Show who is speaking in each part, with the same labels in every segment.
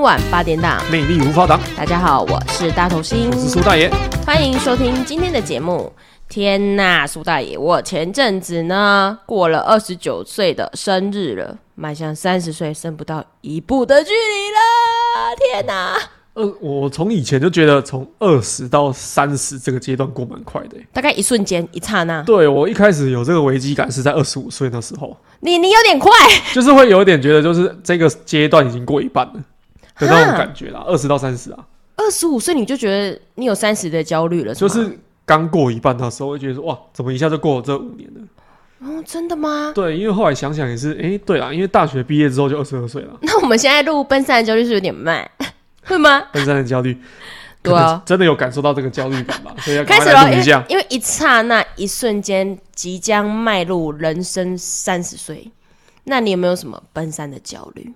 Speaker 1: 晚八点档，
Speaker 2: 魅力无法挡，
Speaker 1: 大家好，我是大头星
Speaker 2: 我，是苏大爷。
Speaker 1: 欢迎收听今天的节目。天呐，苏大爷，我前阵子呢过了二十九岁的生日了，迈向三十岁剩不到一步的距离了。天呐，
Speaker 2: 呃，我从以前就觉得从二十到三十这个阶段过蛮快的欸、
Speaker 1: 大概一瞬间，一刹那，
Speaker 2: 对我一开始有这个危机感是在二十五岁那时候，
Speaker 1: 你你有点快，
Speaker 2: 就是会有一点觉得就是这个阶段已经过一半了的那种感觉啦。二十到三十啊，
Speaker 1: 二十五岁你就觉得你有三十的焦虑了，
Speaker 2: 就是
Speaker 1: 吗
Speaker 2: 是刚过一半的时候，会觉得说哇，怎么一下就过了这五年了？
Speaker 1: 哦，真的吗？
Speaker 2: 对，因为后来想想也是，诶，对啦，因为大学毕业之后就二十二岁了，
Speaker 1: 那我们现在录《奔三的焦虑》是有点慢， 会吗？
Speaker 2: 奔三的焦虑，
Speaker 1: 对啊
Speaker 2: 可能真的有感受到这个焦虑感吧，所以要赶
Speaker 1: 开始
Speaker 2: 快
Speaker 1: 了，
Speaker 2: 来
Speaker 1: 因
Speaker 2: 录一
Speaker 1: 为
Speaker 2: 下。
Speaker 1: 因为一刹那、一瞬间即将迈入人生三十岁，那你有没有什么奔三的焦虑？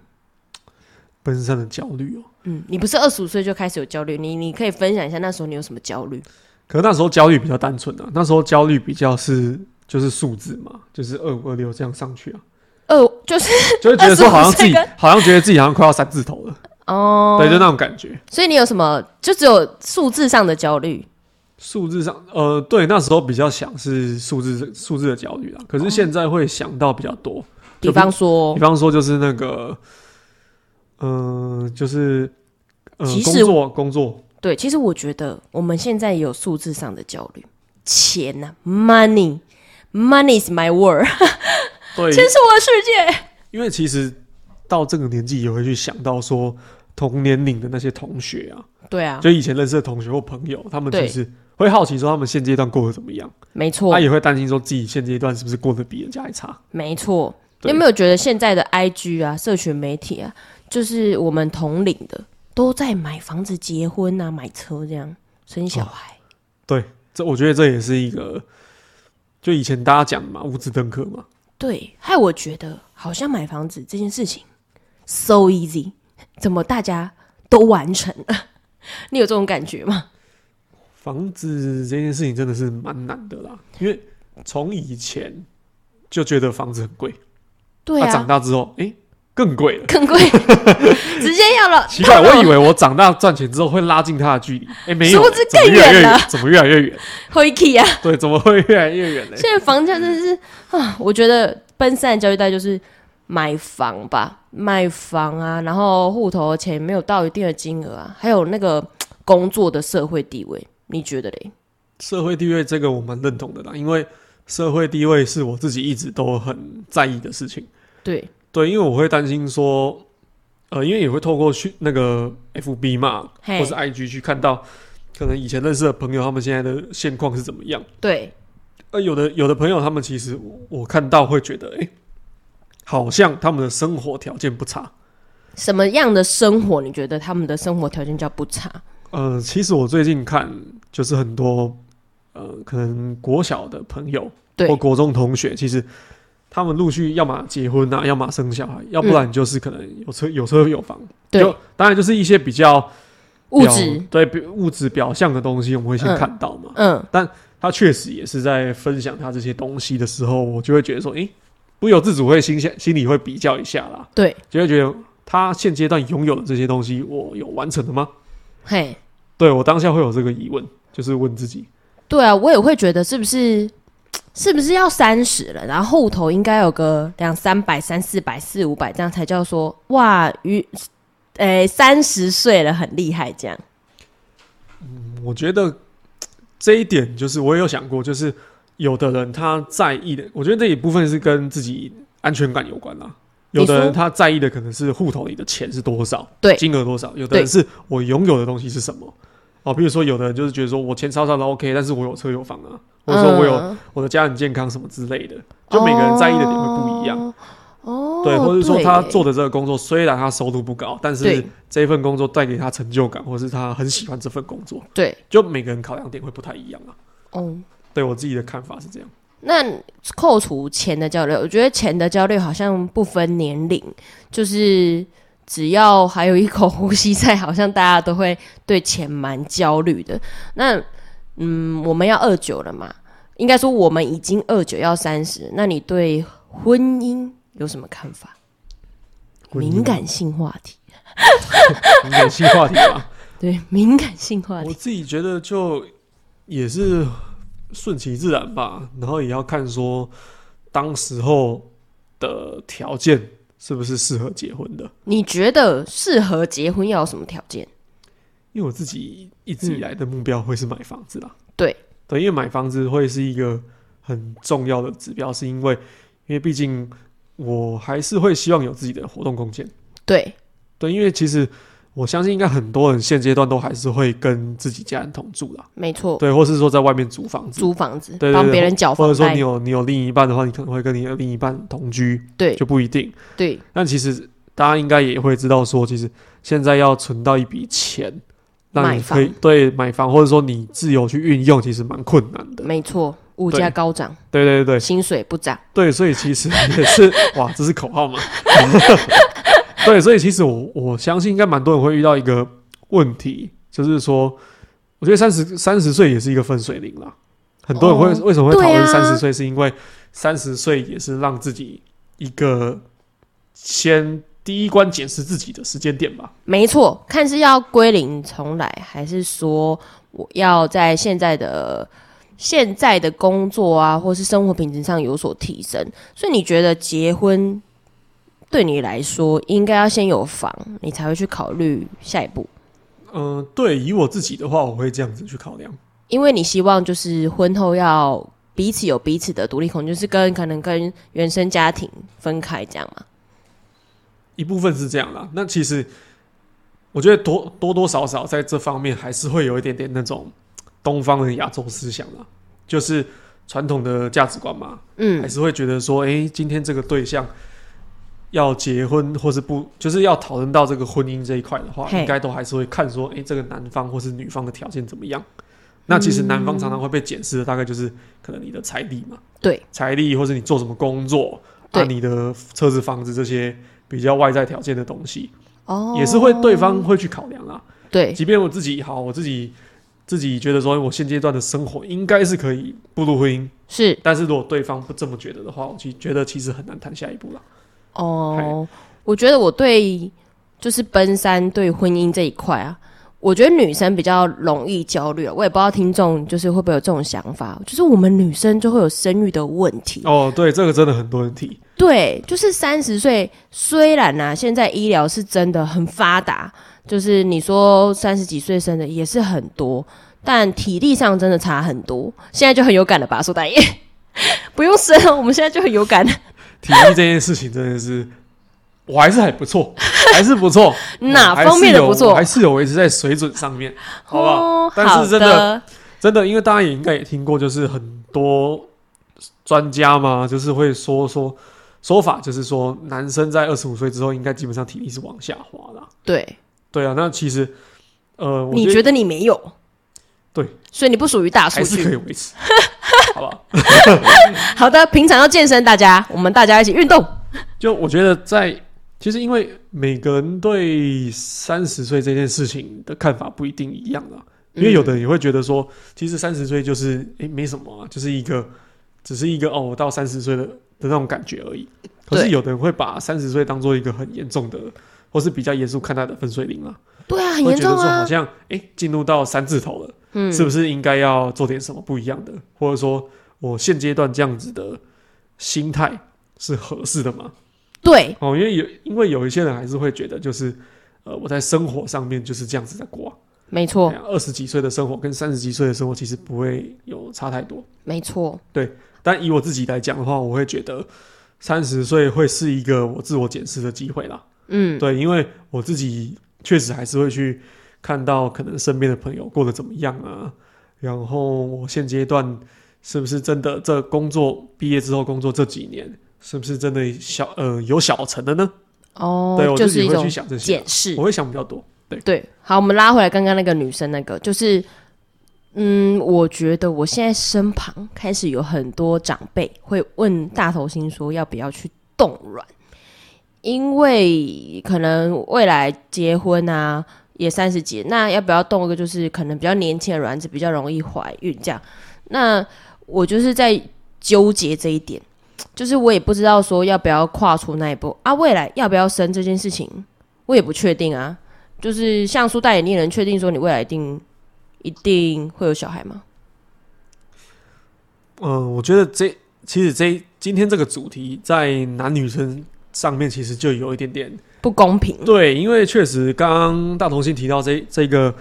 Speaker 2: 奔三的焦虑哦、
Speaker 1: 嗯，你不是二十五岁就开始有焦虑，你你可以分享一下那时候你有什么焦虑？
Speaker 2: 可是那时候焦虑比较单纯啊，那时候焦虑比较是就是数字嘛，就是二五二六这样上去啊，
Speaker 1: 呃，就是
Speaker 2: 就会觉得说好像自
Speaker 1: 25
Speaker 2: 己
Speaker 1: 岁
Speaker 2: 好像觉得自己好像快要三字头了，
Speaker 1: 哦，
Speaker 2: 对，就那种感觉。
Speaker 1: 所以你有什么就只有数字上的焦虑？
Speaker 2: 数字上，呃，对，那时候比较想是数字数字的焦虑啊啦，可是现在会想到比较多，
Speaker 1: 比
Speaker 2: 就
Speaker 1: 方说
Speaker 2: 比，方说就是那个，嗯、就是呃
Speaker 1: 其
Speaker 2: 工
Speaker 1: 实
Speaker 2: 作工作，
Speaker 1: 对，其实我觉得我们现在也有数字上的焦虑，钱呐、m o n e y Money is my world，
Speaker 2: 对，
Speaker 1: 钱是我的世界。
Speaker 2: 因为其实到这个年纪也会去想到说同年龄的那些同学啊，
Speaker 1: 对啊，
Speaker 2: 就以前认识的同学或朋友，他们
Speaker 1: 对
Speaker 2: 其实会好奇说他们现阶段过得怎么样，
Speaker 1: 没错。
Speaker 2: 他也会担心说自己现阶段是不是过得比人家还差。
Speaker 1: 没错，你
Speaker 2: 对
Speaker 1: 有没有觉得现在的 IG 啊、社群媒体啊，就是我们同龄的都在买房子、结婚啊、买车这样生小
Speaker 2: 哦
Speaker 1: 孩？
Speaker 2: 这我觉得这也是一个，就以前大家讲的嘛，物质登科嘛，
Speaker 1: 对，害我觉得好像买房子这件事情 so easy，怎么大家都完成了？ 你有这种感觉吗？
Speaker 2: 房子这件事情真的是蛮难的啦，因为从以前就觉得房子很贵，
Speaker 1: 对
Speaker 2: 啊、
Speaker 1: 啊
Speaker 2: 长，大之后，哎、更贵了。
Speaker 1: 更贵， 直接要了。
Speaker 2: 奇怪，我以
Speaker 1: 为
Speaker 2: 为我长大赚钱之后会拉近他的距离，哎、没有
Speaker 1: 殊
Speaker 2: 欸，
Speaker 1: 不知
Speaker 2: 怎么
Speaker 1: 更
Speaker 2: 越来越
Speaker 1: 远了
Speaker 2: 远，怎么越来越远？
Speaker 1: 会 k 啊，
Speaker 2: 对，怎么会越来越远呢？
Speaker 1: 现在房价真的是啊，我觉得奔三的教育带就是买房吧，卖房啊，然后户头的钱没有到一定的金额啊，还有那个工作的社会地位，你觉得嘞？
Speaker 2: 社会地位这个我蛮认同的啦，因为社会地位是我自己一直都很在意的事情。
Speaker 1: 对，
Speaker 2: 对，因为我会担心说，呃，因为也会透过去那个 FB 嘛，
Speaker 1: 嘿
Speaker 2: 或是 IG 去看到，可能以前认识的朋友他们现在的现况是怎么样。
Speaker 1: 对，
Speaker 2: 呃，有的有的朋友他们其实我我看到会觉得，哎、好像他们的生活条件不差。
Speaker 1: 什么样的生活你觉得他们的生活条件叫不差？
Speaker 2: 呃，其实我最近看就是很多，呃，可能国小的朋友，
Speaker 1: 对
Speaker 2: 或，国中同学，其实他们陆续要么结婚啊，要么生小孩，要不然就是可能有车、有车有房。
Speaker 1: 嗯对
Speaker 2: 就当然就是一些比较
Speaker 1: 物
Speaker 2: 表
Speaker 1: 质，
Speaker 2: 对比物质表象的东西，我们会先
Speaker 1: 嗯
Speaker 2: 看到嘛。
Speaker 1: 嗯，
Speaker 2: 他确实也是在分享他这些东西的时候，我就会觉得说，诶、不由自主会心想心里会比较一下啦，
Speaker 1: 对，
Speaker 2: 就会觉得他现阶段拥有的这些东西，我有完成了吗？
Speaker 1: 嘿，
Speaker 2: 对我当下会有这个疑问，就是问自己，
Speaker 1: 对啊，我也会觉得是不是是不是要三十了，然后户头应该有个两三百、三四百、四五百，这样才叫说哇，于诶三十岁了很厉害这样。
Speaker 2: 我觉得嘖这一点就是我也有想过，就是有的人他在意的，我觉得这一部分是跟自己安全感有关啦。有的
Speaker 1: 你
Speaker 2: 人
Speaker 1: 说
Speaker 2: 他在意的可能是户头里的钱是多少，
Speaker 1: 对
Speaker 2: 金额多少；有的人
Speaker 1: 对
Speaker 2: 是我拥有的东西是什么。哦，比如说有的人就是觉得说我钱少少的 OK，但是我有车有房啊，或者说我有
Speaker 1: 嗯
Speaker 2: 我的家人健康什么之类的，就每个人在意的点会不一样。
Speaker 1: 哦，哦
Speaker 2: 对，或者说他做
Speaker 1: 的
Speaker 2: 的这个工作虽然他收入不高，但是
Speaker 1: 对
Speaker 2: 这份工作带给他成就感，或是他很喜欢这份工作，
Speaker 1: 对
Speaker 2: 就每个人考量点会不太一样啊。
Speaker 1: 哦。
Speaker 2: 对我自己的看法是这样，
Speaker 1: 那扣除钱的焦虑，我觉得钱的焦虑好像不分年龄，就是只要还有一口呼吸在，好像大家都会对钱蛮焦虑的。那嗯，我们要二九了嘛，应该说我们已经二九要三十，那你对婚姻有什么看法？
Speaker 2: 婚姻
Speaker 1: 敏感性话题，
Speaker 2: 敏感性话题嘛。
Speaker 1: 对， 敏感性话
Speaker 2: 我
Speaker 1: 题，
Speaker 2: 自己觉得就也是顺其自然吧，然后也要看说当时候的条件是不是适合结婚的。
Speaker 1: 你觉得适合结婚要有什么条件？
Speaker 2: 因为我自己一直以来的目标会是买房子啦。
Speaker 1: 对，
Speaker 2: 对，因为买房子会是一个很重要的指标，是因为因为毕竟我还是会希望有自己的活动空间。
Speaker 1: 对，
Speaker 2: 对，因为其实我相信应该很多人现阶段都还是会跟自己家人同住啦，
Speaker 1: 没错，
Speaker 2: 对，或是说在外面租房子，
Speaker 1: 租房子
Speaker 2: 对对对
Speaker 1: 帮别人缴
Speaker 2: 或
Speaker 1: 房
Speaker 2: 者说
Speaker 1: 贷
Speaker 2: 你，有你有另一半的话，你可能会跟你的另一半同居，
Speaker 1: 对
Speaker 2: 就不一定。
Speaker 1: 对，
Speaker 2: 但其实大家应该也会知道说，其实现在要存到一笔钱，让你
Speaker 1: 买房
Speaker 2: 可以对买房，或者说你自由去运用，其实蛮困难的。
Speaker 1: 没错，物价高涨，
Speaker 2: 对对对
Speaker 1: 薪水不涨，
Speaker 2: 对，所以其实也是哇，这是口号嘛？ 对，所以其实我我相信应该蛮多人会遇到一个问题，就是说，我觉得三十三十岁也是一个分水岭啦。很多人会、
Speaker 1: 哦
Speaker 2: 为什么会讨
Speaker 1: 对
Speaker 2: 论
Speaker 1: 啊
Speaker 2: 三十岁，是因为三十岁也是让自己一个先第一关检视自己的时间点吧。
Speaker 1: 没错，看是要归零重来，还是说我要在现在的现在的工作啊，或是生活品质上有所提升。所以你觉得结婚对你来说，应该要先有房，你才会去考虑下一步，
Speaker 2: 嗯、对，以我自己的话，我会这样子去考量。
Speaker 1: 因为你希望就是婚后要彼此有彼此的独立空间，就是跟可能跟原生家庭分开这样嘛。
Speaker 2: 一部分是这样啦。那其实我觉得多多多少少在这方面还是会有一点点那种东方人亚洲思想啦，就是传统的价值观嘛，还
Speaker 1: 嗯，
Speaker 2: 是会觉得说，诶，今天这个对象要结婚或是不，就是要讨论到这个婚姻这一块的话，
Speaker 1: 嘿
Speaker 2: 应该都还是会看说，诶，这个男方或是女方的条件怎么样。那其实男方常常会被检视的，大概就是可能你的财力嘛，
Speaker 1: 对，
Speaker 2: 财力或是你做什么工作，
Speaker 1: 对
Speaker 2: 啊，你的车子、房子这些比较外在条件的东西，
Speaker 1: 哦
Speaker 2: 也是会对方会去考量啦。
Speaker 1: 对
Speaker 2: 即便我自己好，我自己自己觉得说，哎我现阶段的生活应该是可以步入婚姻，
Speaker 1: 是
Speaker 2: 但是如果对方不这么觉得的话，我其觉得其实很难谈下一步啦。
Speaker 1: 哦，我觉得我对就是奔三对婚姻这一块啊，我觉得女生比较容易焦虑啊。我也不知道听众就是会不会有这种想法，就是我们女生就会有生育的问题。
Speaker 2: 哦，对，这个真的很多人提，
Speaker 1: 对，就是三十岁，虽然啊，现在医疗是真的很发达，就是你说三十几岁生的也是很多，但体力上真的差很多。现在就很有感了吧，苏大爷， 不用生了，我们现在就很有感。
Speaker 2: 体力这件事情真的是。我还是还不错，还是不错，
Speaker 1: 哪
Speaker 2: 我嗯还
Speaker 1: 方面
Speaker 2: 是
Speaker 1: 的
Speaker 2: 有
Speaker 1: 不错
Speaker 2: 我还是有维持在水准上面，好不好？
Speaker 1: 哦
Speaker 2: 但
Speaker 1: 好
Speaker 2: 是真的
Speaker 1: 的
Speaker 2: 真的，因为大家也应该也听过，就是很多专家嘛，就是会说说说法，就是说男生在二十五岁之后，应该基本上体力是往下滑的啊。
Speaker 1: 对，
Speaker 2: 对啊，那其实呃，我
Speaker 1: 你
Speaker 2: 觉
Speaker 1: 觉得你没有？
Speaker 2: 对，
Speaker 1: 所以你不属于大数
Speaker 2: 还是可以
Speaker 1: 据。
Speaker 2: 维持，好吧？
Speaker 1: 好的，平常要健身，大家我们大家一起运动。
Speaker 2: 就我觉得在其实因为每个人对三十岁这件事情的看法不一定一样啊，因为有的人也会觉得说，其实三十岁就是诶、没什么啊，就是一个只是一个哦，我到三十岁的的那种感觉而已。可是
Speaker 1: 对
Speaker 2: 有的人会把三十岁当做一个很严重的，或是比较严肃看待的分水岭啊，
Speaker 1: 对啊，很
Speaker 2: 会
Speaker 1: 严
Speaker 2: 觉得
Speaker 1: 重
Speaker 2: 说好
Speaker 1: 啊。
Speaker 2: 像诶进、入到三字头了，
Speaker 1: 嗯，
Speaker 2: 是不是应该要做点什么不一样的，或者说我现阶段这样子的心态是合适的吗？
Speaker 1: 对，
Speaker 2: 哦，因为有因为有一些人还是会觉得，就是呃，我在生活上面就是这样子在过、啊。
Speaker 1: 没错，
Speaker 2: 二十几岁的生活跟三十几岁的生活其实不会有差太多。
Speaker 1: 没错，
Speaker 2: 但以我自己来讲的话，我会觉得三十岁会是一个我自我检视的机会啦。
Speaker 1: 嗯，
Speaker 2: 对，因为我自己确实还是会去看到可能身边的朋友过得怎么样啊，然后我现阶段是不是真的这工作毕业之后工作这几年是不是真的小呃有小成的呢？
Speaker 1: 哦
Speaker 2: 对，我
Speaker 1: 就
Speaker 2: 自
Speaker 1: 是
Speaker 2: 己
Speaker 1: 一
Speaker 2: 会
Speaker 1: 种
Speaker 2: 去想这些啊
Speaker 1: 检。视
Speaker 2: 我。会想比较多。对，
Speaker 1: 对，好，我们拉回来刚刚那个女生那个，就是，嗯，我觉得我现在身旁开始有很多长辈会问大头星说要不要去冻卵，因为可能未来结婚啊也三十几，那要不要动一个就是可能比较年轻的卵子比较容易怀孕这样？那我就是在纠结这一点，就是我也不知道说要不要跨出那一步啊，未来要不要生这件事情，我也不确定啊。就是像书代言，你也能确定说你未来一定一定会有小孩吗？
Speaker 2: 嗯，我觉得这其实这今天这个主题在男女生上面其实就有一点点
Speaker 1: 不公平，
Speaker 2: 对，因为确实刚刚大同星提到这这个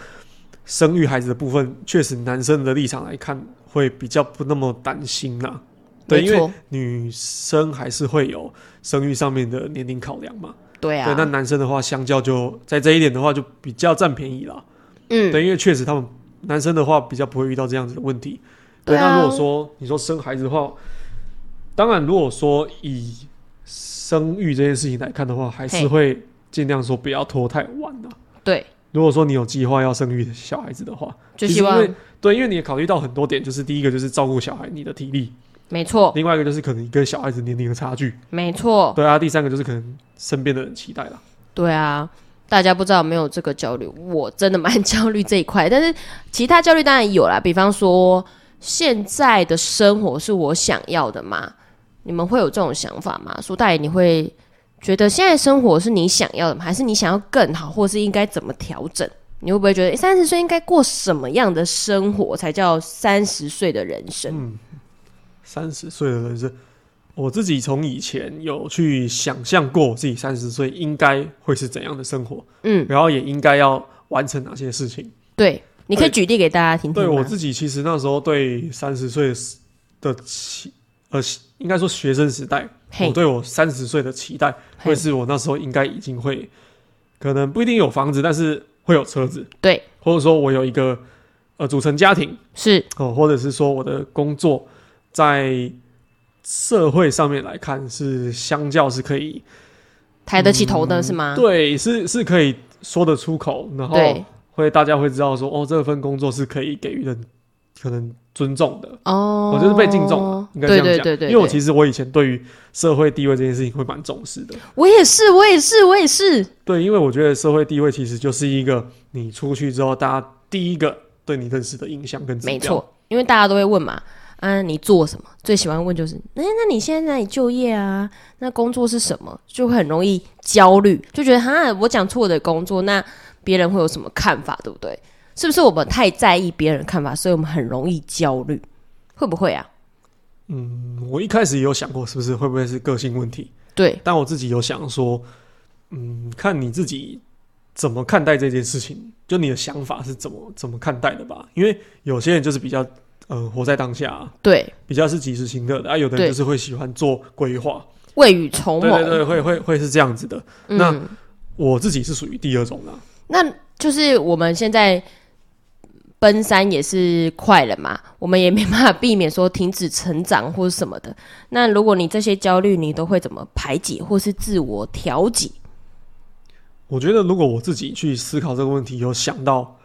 Speaker 2: 生育孩子的部分，确实男生的立场来看会比较不那么担心啦。对，
Speaker 1: 没
Speaker 2: 因为
Speaker 1: 错，
Speaker 2: 女生还是会有生育上面的年龄考量嘛。
Speaker 1: 对
Speaker 2: 对，那
Speaker 1: 啊，
Speaker 2: 男生的话，相较就在这一点的话，就比较占便宜啦。
Speaker 1: 嗯，
Speaker 2: 对，因为确实他们男生的话比较不会遇到这样子的问题。
Speaker 1: 对啊
Speaker 2: 那如果说你说生孩子的话，当然如果说以生育这件事情来看的话，还
Speaker 1: 嘿
Speaker 2: 是会尽量说不要拖太晚了。
Speaker 1: 对，
Speaker 2: 如果说你有计划要生育的小孩子的话，
Speaker 1: 就
Speaker 2: 其实
Speaker 1: 希望
Speaker 2: 因为对，因为你也考虑到很多点，就是第一个就是照顾小孩你的体力，
Speaker 1: 没错，
Speaker 2: 另外一个就是可能跟小孩子年龄的差距，
Speaker 1: 没错，
Speaker 2: 对啊，第三个就是可能身边的人期待啦。
Speaker 1: 对啊，大家不知道有没有这个焦虑，我真的蛮焦虑这一块，但是其他焦虑当然有啦，比方说现在的生活是我想要的吗？你们会有这种想法吗？苏大爷，你会觉得现在生活是你想要的吗？还是你想要更好，或是应该怎么调整？你会不会觉得三十岁应该过什么样的生活才叫三十岁的人生？
Speaker 2: 嗯三十岁的人生，我自己从以前有去想象过自己三十岁应该会是怎样的生活，
Speaker 1: 嗯，
Speaker 2: 然后也应该要完成哪些事情。
Speaker 1: 对，你可以
Speaker 2: 对
Speaker 1: 举例给大家听听
Speaker 2: 对
Speaker 1: 吗？
Speaker 2: 我自己，其实那时候对三十岁的期，呃，应该说学生时代，
Speaker 1: 嘿
Speaker 2: 我对我三十岁的期待，
Speaker 1: 嘿
Speaker 2: 会是我那时候应该已经会，可能不一定有房子，但是会有车子，
Speaker 1: 对，
Speaker 2: 或者说我有一个呃组成家庭，
Speaker 1: 是
Speaker 2: 哦，或者是说我的工作在社会上面来看是相较是可以，
Speaker 1: 抬得起头的是吗？
Speaker 2: 嗯对，是是可以说得出口，然后
Speaker 1: 嗯对
Speaker 2: 会大家会知道说，哦，这份工作是可以给予人可能尊重的，
Speaker 1: 哦
Speaker 2: 我、就是被敬重了，应该
Speaker 1: 对
Speaker 2: 这样讲。
Speaker 1: 对对对，
Speaker 2: 因为我
Speaker 1: 对
Speaker 2: 其实我以前对于社会地位这件事情会蛮重视的，
Speaker 1: 我也是，我也是，我也是，
Speaker 2: 对，因为我觉得社会地位其实就是一个你出去之后，大家第一个对你认识的印象跟指标。
Speaker 1: 没错，因为大家都会问嘛，啊，你做什么？最喜欢问就是，哎、那你现在在哪里就业啊？那工作是什么？就会很容易焦虑，就觉得哈，我讲错我的工作，那别人会有什么看法，对不对？是不是我们太在意别人的看法，所以我们很容易焦虑？会不会啊？
Speaker 2: 嗯我一开始也有想过，是不是会不会是个性问题？
Speaker 1: 对，
Speaker 2: 但我自己有想说，嗯，看你自己怎么看待这件事情，就你的想法是怎么怎么看待的吧。因为有些人就是比较呃活在当下、
Speaker 1: 对，
Speaker 2: 比较是及时行乐的，啊，有的
Speaker 1: 对
Speaker 2: 人就是会喜欢做规划，
Speaker 1: 未雨绸
Speaker 2: 对
Speaker 1: 缪。
Speaker 2: 对对，会会会是这样子的。那
Speaker 1: 嗯，
Speaker 2: 我自己是属于第二种的、
Speaker 1: 那就是我们现在奔三也是快了嘛，我们也没办法避免说停止成长或者什么的。那如果你这些焦虑，你都会怎么排解或是自我调节？
Speaker 2: 我觉得如果我自己去思考这个问题，有想到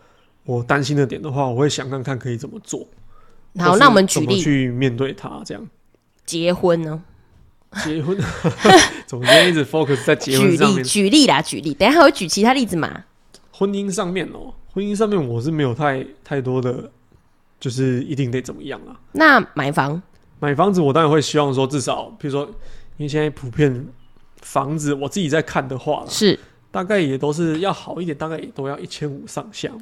Speaker 2: 我担心的点的话，我会想看看可以怎么做。
Speaker 1: 好，
Speaker 2: 或是
Speaker 1: 那我们举
Speaker 2: 怎么
Speaker 1: 例，
Speaker 2: 去面对它，这样。
Speaker 1: 结婚呢？
Speaker 2: 结婚， 总监一直 focus 在结婚
Speaker 1: 举
Speaker 2: 上
Speaker 1: 例，
Speaker 2: 面，
Speaker 1: 举例啦，举例。等一下还会举其他例子嘛？
Speaker 2: 婚姻上面哦、婚姻上面我是没有太太多的，就是一定得怎么样啦。
Speaker 1: 那买房，
Speaker 2: 买房子我当然会希望说，至少比如说，因为现在普遍房子我自己在看的话啦，
Speaker 1: 是，
Speaker 2: 大概也都是要好一点，大概也都要一千五上下嘛。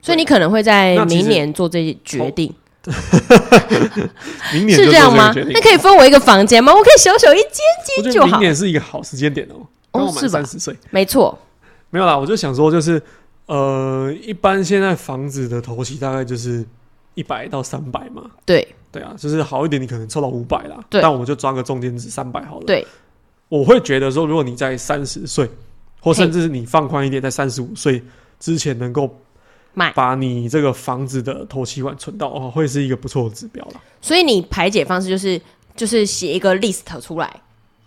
Speaker 1: 所以你可能会在
Speaker 2: 那其实
Speaker 1: 明年做这些决定，
Speaker 2: 明年
Speaker 1: 是这
Speaker 2: 就做
Speaker 1: 样
Speaker 2: 个
Speaker 1: 吗？
Speaker 2: 决定
Speaker 1: 那可以分我一个房间吗？我可以小小一间，
Speaker 2: 我觉
Speaker 1: 就
Speaker 2: 得
Speaker 1: 好
Speaker 2: 明年是一个好时间点哦、刚好
Speaker 1: 是
Speaker 2: 满
Speaker 1: 吧
Speaker 2: 三十岁。
Speaker 1: 没错，
Speaker 2: 没有啦，我就想说，就是呃，一般现在房子的头期大概就是一百到三百嘛。
Speaker 1: 对
Speaker 2: 对啊，就是好一点，你可能凑到五百啦。
Speaker 1: 对
Speaker 2: 但我们就抓个中间值三百好了。
Speaker 1: 对，
Speaker 2: 我会觉得说，如果你在三十岁，或甚至是你放宽一点，在三十五岁之前能够
Speaker 1: 买。
Speaker 2: 把你这个房子的头期款存到哦，会是一个不错的指标啦。
Speaker 1: 所以你排解方式就是就是写一个 list 出来，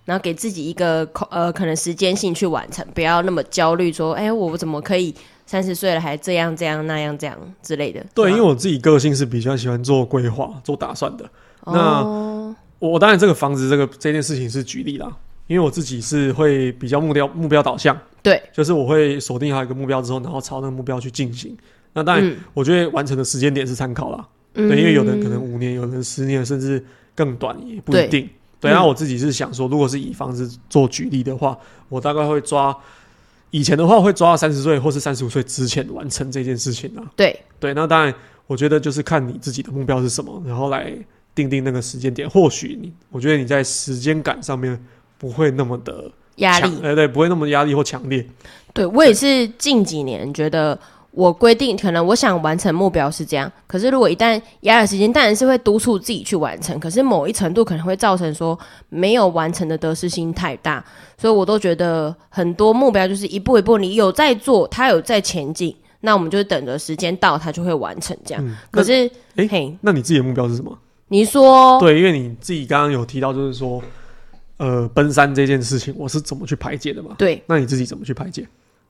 Speaker 1: 然后给自己一个空呃可能时间性去完成，不要那么焦虑说，哎、我怎么可以三十岁了还这样这样那样这样之类的。
Speaker 2: 对，因
Speaker 1: 是
Speaker 2: 为
Speaker 1: 吗
Speaker 2: 我自己个性是比较喜欢做规划、做打算的。那
Speaker 1: 哦，
Speaker 2: 我我当然这个房子这个这件事情是举例啦，因为我自己是会比较目标目标导向，
Speaker 1: 对，
Speaker 2: 就是我会锁定好一个目标之后，然后朝那个目标去进行。那当然，
Speaker 1: 嗯
Speaker 2: 我觉得完成的时间点是参考啦，
Speaker 1: 嗯
Speaker 2: 对，因为有的人可能五年，有的人十年，甚至更短也不
Speaker 1: 对嗯
Speaker 2: 一定。对啊，我自己是想说，如果是以房子做举例的话，我大概会抓以前的话会抓到三十岁或是三十五岁之前完成这件事情啊。
Speaker 1: 对，
Speaker 2: 对，那当然，我觉得就是看你自己的目标是什么，然后来定定那个时间点。或许你，我觉得你在时间感上面不会那么的
Speaker 1: 压
Speaker 2: 强
Speaker 1: 力。
Speaker 2: 哎、对，不会那么压力或强烈。
Speaker 1: 对我也是近几年觉得，我规定可能我想完成目标是这样，可是如果一旦压了时间，当然是会督促自己去完成，可是某一程度可能会造成说没有完成的得失心太大，所以我都觉得很多目标就是一步一步，你有在做，它有在前进，那我们就等着时间到，它就会完成这样。
Speaker 2: 嗯，
Speaker 1: 可是，
Speaker 2: 诶
Speaker 1: 嘿，
Speaker 2: 那你自己的目标是什么？
Speaker 1: 你说
Speaker 2: 对，因为你自己刚刚有提到，就是说，呃，奔山这件事情，我是怎么去排解的嘛？
Speaker 1: 对
Speaker 2: 那你自己怎么去排解？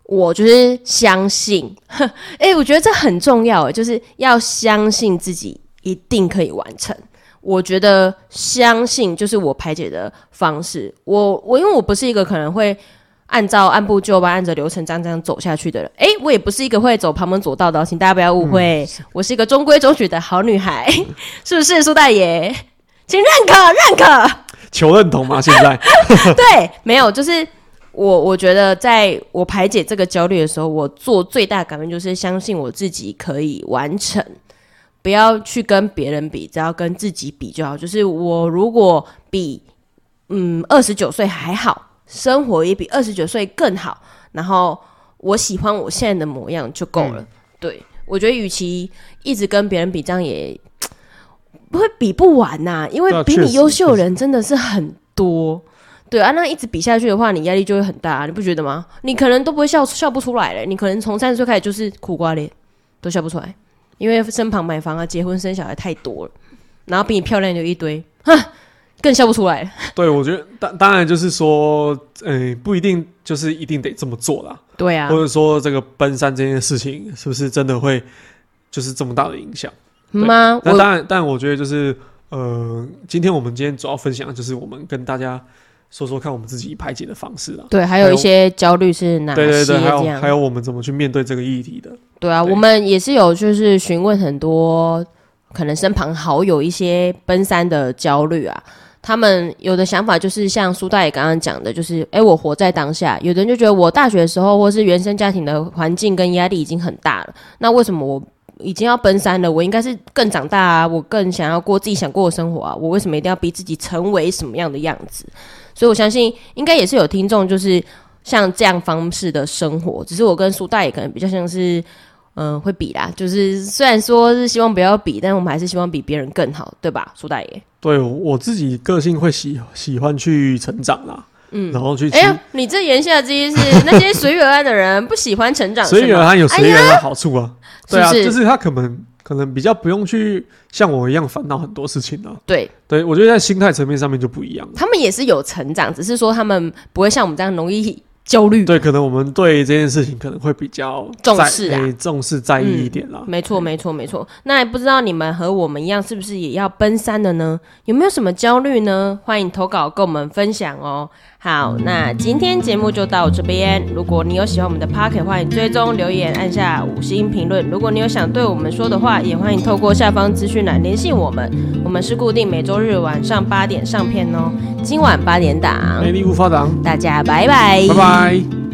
Speaker 1: 我就是相信， 哎、我觉得这很重要，欸就是要相信自己一定可以完成。我觉得相信就是我排解的方式。我我因为我不是一个可能会按照按部就班、按着流程这样这样走下去的人，哎、我也不是一个会走旁门左道的哦，请大家不要误会，我是一个中规中矩的好女孩， 是不是苏大爷？请认可，认可。
Speaker 2: 求认同吗？现 在
Speaker 1: 对，没有，就是我我觉得，在我排解这个焦虑的时候，我做最大的改变就是相信我自己可以完成，不要去跟别人比，只要跟自己比就好。就是我如果比嗯二十九岁还好，生活也比二十九岁更好，然后我喜欢我现在的模样就够了。对我觉得，与其一直跟别人比，这样也不会比不完呐、因
Speaker 2: 对啊
Speaker 1: 为比
Speaker 2: 确
Speaker 1: 你
Speaker 2: 实
Speaker 1: 优秀
Speaker 2: 确
Speaker 1: 的
Speaker 2: 实
Speaker 1: 人真的是很多。对啊，那一直比下去的话，你压力就会很大、啊你不觉得吗？你可能都不会笑笑不出来了，你可能从三十岁开始就是苦瓜脸，都笑不出来，因为身旁买房啊、结婚生小孩太多了，然后比你漂亮就一堆，哼，更笑不出来了。
Speaker 2: 对我觉得当当然就是说，嗯、不一定就是一定得这么做啦，
Speaker 1: 对啊
Speaker 2: 或，者说这个奔山这件事情是不是真的会就是这么大的影响？
Speaker 1: 妈，
Speaker 2: 那
Speaker 1: 我
Speaker 2: 当然，但我觉得就是，呃，今天我们今天主要分享的就是我们跟大家说说看我们自己排解的方式啦。
Speaker 1: 对，还有一些焦虑是哪
Speaker 2: 对
Speaker 1: 些
Speaker 2: 对
Speaker 1: 啊这
Speaker 2: 对，还
Speaker 1: 样？
Speaker 2: 有还有我们怎么去面对这个议题的。
Speaker 1: 对啊，
Speaker 2: 对
Speaker 1: 我们也是有就是询问很多可能身旁好友一些奔三的焦虑啊，他们有的想法就是像苏大爷刚刚讲的，就是哎、诶我活在当下。有的人就觉得我大学的时候或是原生家庭的环境跟压力已经很大了，那为什么我？已经要奔三了，我应该是更长大啊，我更想要过自己想过的生活啊，我为什么一定要逼自己成为什么样的样子？所以我相信应该也是有听众就是像这样方式的生活，只是我跟苏大爷可能比较像是嗯，会比啦，就是虽然说是希望不要比，但我们还是希望比别人更好，对吧，苏大爷？
Speaker 2: 对我我自己个性会喜喜欢去成长啦，嗯，然后去
Speaker 1: 哎呀，你这言下之意是那些随遇而安的人不喜欢成长，
Speaker 2: 随
Speaker 1: 是
Speaker 2: 缘
Speaker 1: 吗？
Speaker 2: 它有随缘的好处啊，对啊，
Speaker 1: 哦哎是不是
Speaker 2: 就是他可能可能比较不用去像我一样烦恼很多事情啊。
Speaker 1: 对
Speaker 2: 对我觉得在心态层面上面就不一样了。
Speaker 1: 他们也是有成长，只是说他们不会像我们这样容易焦虑。
Speaker 2: 对，可能我们对这件事情可能会比较
Speaker 1: 重
Speaker 2: 在
Speaker 1: 视啊
Speaker 2: 哎重视在意一点啦。
Speaker 1: 没错，没错，没错。那也不知道你们和我们一样，是不是也要奔三了呢？有没有什么焦虑呢？欢迎投稿跟我们分享哦。好，那今天节目就到这边。如果你有喜欢我们的 Pocket，欢迎追踪留言，按下五星评论。如果你有想对我们说的话，也欢迎透过下方资讯栏联系我们。我们是固定每周日晚上八点上片哦，今晚八点档，
Speaker 2: 魅力无法挡，
Speaker 1: 大家拜
Speaker 2: 拜拜。